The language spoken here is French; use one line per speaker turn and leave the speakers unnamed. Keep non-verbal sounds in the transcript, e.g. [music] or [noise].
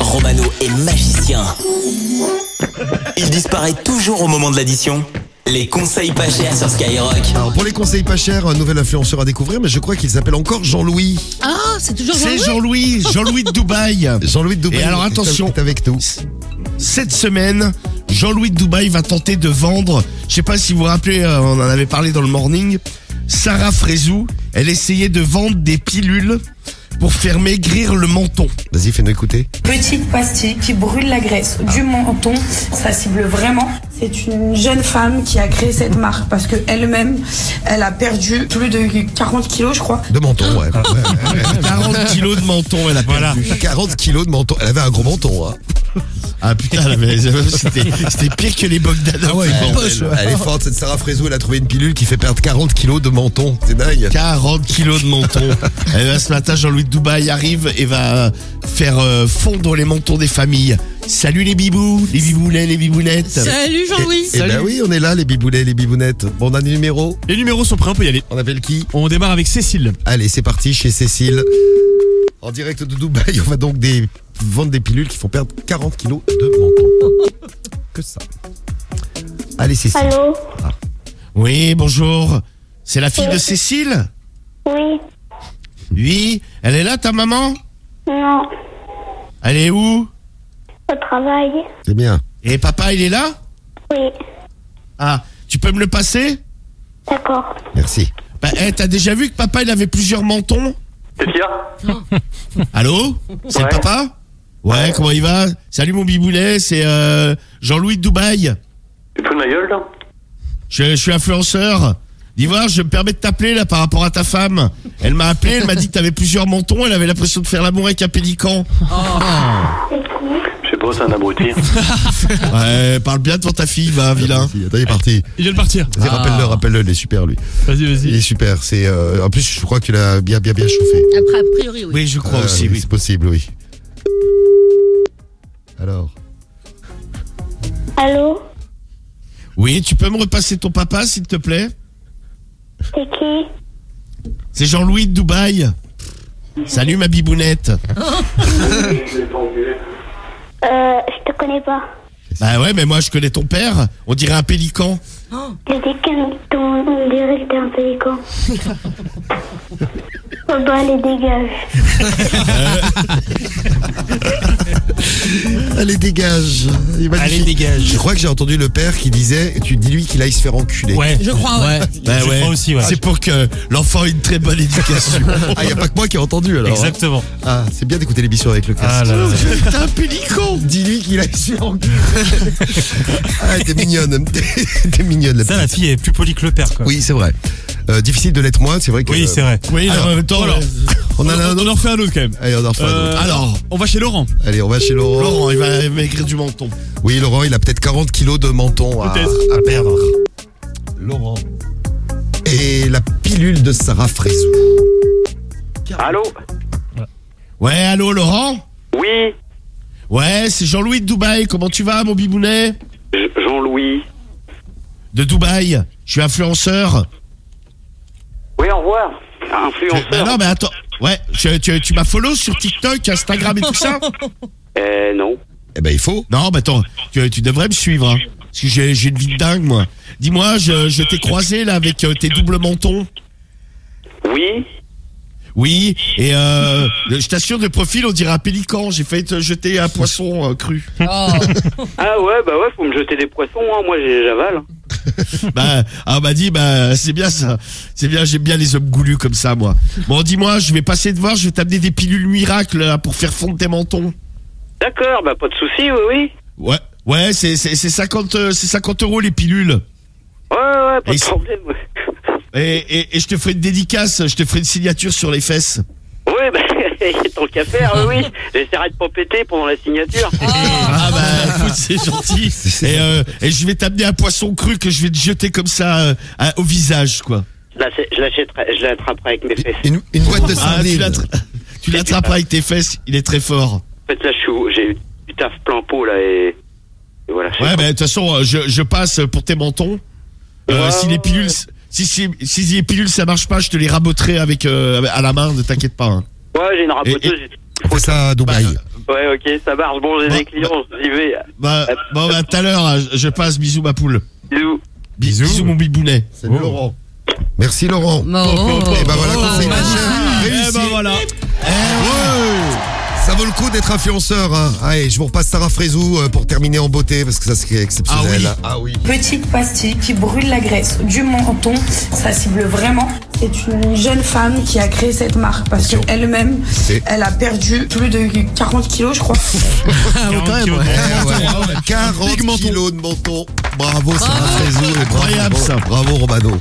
Romano est magicien. Il disparaît toujours au moment de l'addition. Les conseils pas chers sur Skyrock.
Alors pour les conseils pas chers, un nouvel influenceur à découvrir, mais je crois qu'il s'appelle encore Jean-Louis.
Ah, c'est toujours
C'est
Jean-Louis
Jean-Louis, Jean-Louis de Dubaï.
Jean-Louis de Dubaï.
Et alors,
est-
attention.
est avec nous.
Cette semaine, Jean-Louis de Dubaï va tenter de vendre, je sais pas si vous vous rappelez, euh, on en avait parlé dans le morning, Sarah Frézou, elle essayait de vendre des pilules pour faire maigrir le menton.
Vas-y, fais-nous écouter.
Petite pastille qui brûle la graisse du menton. Ça cible vraiment. Ah. C'est une jeune femme qui a créé cette marque parce que elle-même, elle a perdu plus de 40 kilos, je crois.
De menton, ouais.
Ah,
Ouais, ouais, ouais.
40 kilos de menton, elle a voilà.
[laughs] 40 kilos de menton. Elle avait un gros menton. hein.
Ah putain, elle avait- c'était c'était pire que les Bogdanov.
elle, elle est forte, cette Sarah Frézou, elle a trouvé une pilule qui fait perdre 40 kilos de menton. C'est dingue.
40 kilos de menton. Eh ben, ce matin, Jean-Louis de Dubaï arrive et va faire euh, fondre les mentons des familles. Salut les bibous, les biboulets, les bibounettes.
Salut Jean-Louis
Eh ben oui, on est là, les biboulets, les bibounettes. Bon, on a des numéros.
Les numéros sont prêts, on peut y aller.
On appelle qui
On démarre avec Cécile.
Allez, c'est parti chez Cécile. En direct de Dubaï, on va donc des... vendre des pilules qui font perdre 40 kilos de menton.
[laughs]
Que ça. Allez, Cécile.
Allô
Oui, bonjour. C'est la fille de Cécile
Oui
Oui. Elle est là, ta maman
Non
Elle est où
Au travail
C'est bien.
Et papa, il est là
Oui
Ah, tu peux me le passer
D'accord
Merci.
Bah, eh, t'as déjà vu que papa, il avait plusieurs mentons
C'est qui là
Allô C'est le
Ouais.
papa Ouais, comment il va Salut mon biboulet, c'est euh, Jean-Louis de Dubaï.
Tu te fous de ma gueule là
Je, je suis influenceur. D'ivoire, je me permets de t'appeler là par rapport à ta femme. Elle m'a appelé, elle m'a dit que t'avais plusieurs mentons, elle avait l'impression de faire l'amour avec un pélican.
Je sais pas, c'est
[laughs]
un abruti.
Ouais, parle bien devant ta fille, va,
Hein
vilain.
Merci. Attends, il est parti.
Il vient de partir.
Vas-y, Rappelle-le, rappelle-le, il est super lui.
Ah. Vas-y,
Il est
vas-y.
super. C'est euh, en plus, je crois qu'il a bien, bien, bien chauffé.
Après, a priori, oui.
Oui, je crois
Euh,
aussi, oui.
C'est possible, oui. Alors,
Allô
Oui, tu peux me repasser ton papa, s'il te plaît
C'est qui
C'est Jean-Louis de Dubaï. Salut ma bibounette.
Euh, je te connais pas.
Bah ouais, mais moi je connais ton père. On dirait un pélican.
Je dis qu'un ton on dirait que t'es un pélican. oh bah allez, dégage.
allez dégage. Il est magnifique.
Allez, dégage.
Je crois que j'ai entendu le père qui disait, tu dis lui qu'il aille se faire enculer.
Ouais.
Je crois, ouais.
Bah
je
ouais.
crois aussi, ouais. Oh
C'est pour que l'enfant ait une très bonne
[laughs]
éducation.
[laughs] Ah, il y a pas que moi qui ai entendu alors. hein.
Exactement.
Ah, c'est bien d'écouter l'émission avec le
Ah
casque.
là là.
T'es [laughs] un pélican.
Dis-lui qu'il a su en
[laughs]
cul. Ah, t'es mignonne. [laughs] T'es t'es mignonne, la
Ça,
petite.
Ah, la fille est plus polie que le père, quoi.
Oui, c'est vrai. Euh, difficile de l'être moins, c'est vrai que.
Oui, c'est vrai.
Oui,
Euh, Alors,
en même temps,
alors.
On en a un
On
autre.
en refait un autre, quand même.
Allez, on en refait un autre.
Euh,
Alors,
On va chez Laurent.
Allez, on va chez Laurent.
Laurent, il va maigrir du menton.
Oui, Laurent, il a peut-être 40 kilos de menton à,
Peut-être.
Ah, à perdre. Laurent. Et la pilule de Sarah Frézou.
Allô
Ouais, allô Laurent
Oui
Ouais, c'est Jean-Louis de Dubaï. Comment tu vas, mon bibounet
J- Jean-Louis.
De Dubaï. Je suis influenceur.
Oui, au revoir. Ah,
Bah
Influenceur
non, mais attends. Ouais, tu, tu- tu m'as follow sur TikTok, Instagram et tout ça
Euh, non.
Eh ben, il faut.
Non, bah attends, tu, tu devrais me suivre. hein. parce que j'ai j'ai une vie de dingue, moi. Dis-moi, je, je t'ai croisé là avec euh, tes doubles mentons.
Oui
Oui, et euh, je t'assure, de profil, on dirait un pélican. J'ai failli te jeter un poisson euh, cru.
Ah ouais, bah ouais, faut me jeter des poissons, hein. moi j'ai- j'avale.
[laughs] Bah, ah, on m'a dit, bah, c'est bien ça. C'est bien, j'aime bien les hommes goulus comme ça, moi. Bon, dis-moi, je vais passer te voir, je vais t'amener des pilules miracles là, pour faire fondre tes mentons.
D'accord, bah pas de soucis, oui, oui.
Ouais, ouais, c'est c'est- c'est 50, euh, c'est 50 euros les pilules.
Ouais, ouais, pas
Et
de
c'est-
problème. [laughs] ouais.
Et, et, et je te ferai une dédicace, je te ferai une signature sur les fesses.
Oui, bah, [laughs] tant qu'à faire, oui, oui. J'essaierai de pas péter pendant la signature.
[laughs] Ah bah écoute, [laughs] c'est gentil. Et, euh, et je vais t'amener un poisson cru que je vais te jeter comme ça euh, à- au visage, quoi.
Je l'achè- Je l'achèterai, je l'attraperai avec mes fesses.
Une, une boîte de
Ah, tu
sardines.
l'attra- tu l'attraperas avec tes fesses, il est très fort.
En fait, là, je suis au- j'ai eu du taf plein pot, là, et, et voilà.
Ouais, mais de toute façon, euh, je, je passe pour tes mentons. Euh,
Ouais.
si les pilules, si, si, si les pilules ça marche pas, je te les raboterai avec euh, à la main, ne t'inquiète pas. hein.
Ouais, j'ai une raboteuse. j'ai-
On fait ça à Dubaï.
Bah,
Ouais, ok, ça marche. Bon, j'ai des clients, j'y vais.
Bah,
Eh ben,
bon, bah, tout à l'heure, je- je passe. Bisous, ma poule.
Bisous.
Bisous, Oh. mon bibounet.
Salut Laurent. Merci Laurent. Et ben voilà, conseil pas cher, Ah, réussi.
Eh ben voilà.
Ça vaut le coup d'être influenceur. hein. Allez, je vous repasse Sarah Frézou euh, pour terminer en beauté parce que ça c'est exceptionnel. Ah oui.
Petite pastille qui brûle la graisse du menton, ça cible vraiment. C'est une jeune femme qui a créé cette marque parce
Attention.
qu'elle-même,
C'est-
elle a perdu plus de 40 kilos, je crois.
Ah, 40 kilos. Ah,
Eh
[laughs]
ouais. 40 kilos de menton. Bravo Sarah Frézou. et bravo,
Incroyable, ça.
Bravo Romano.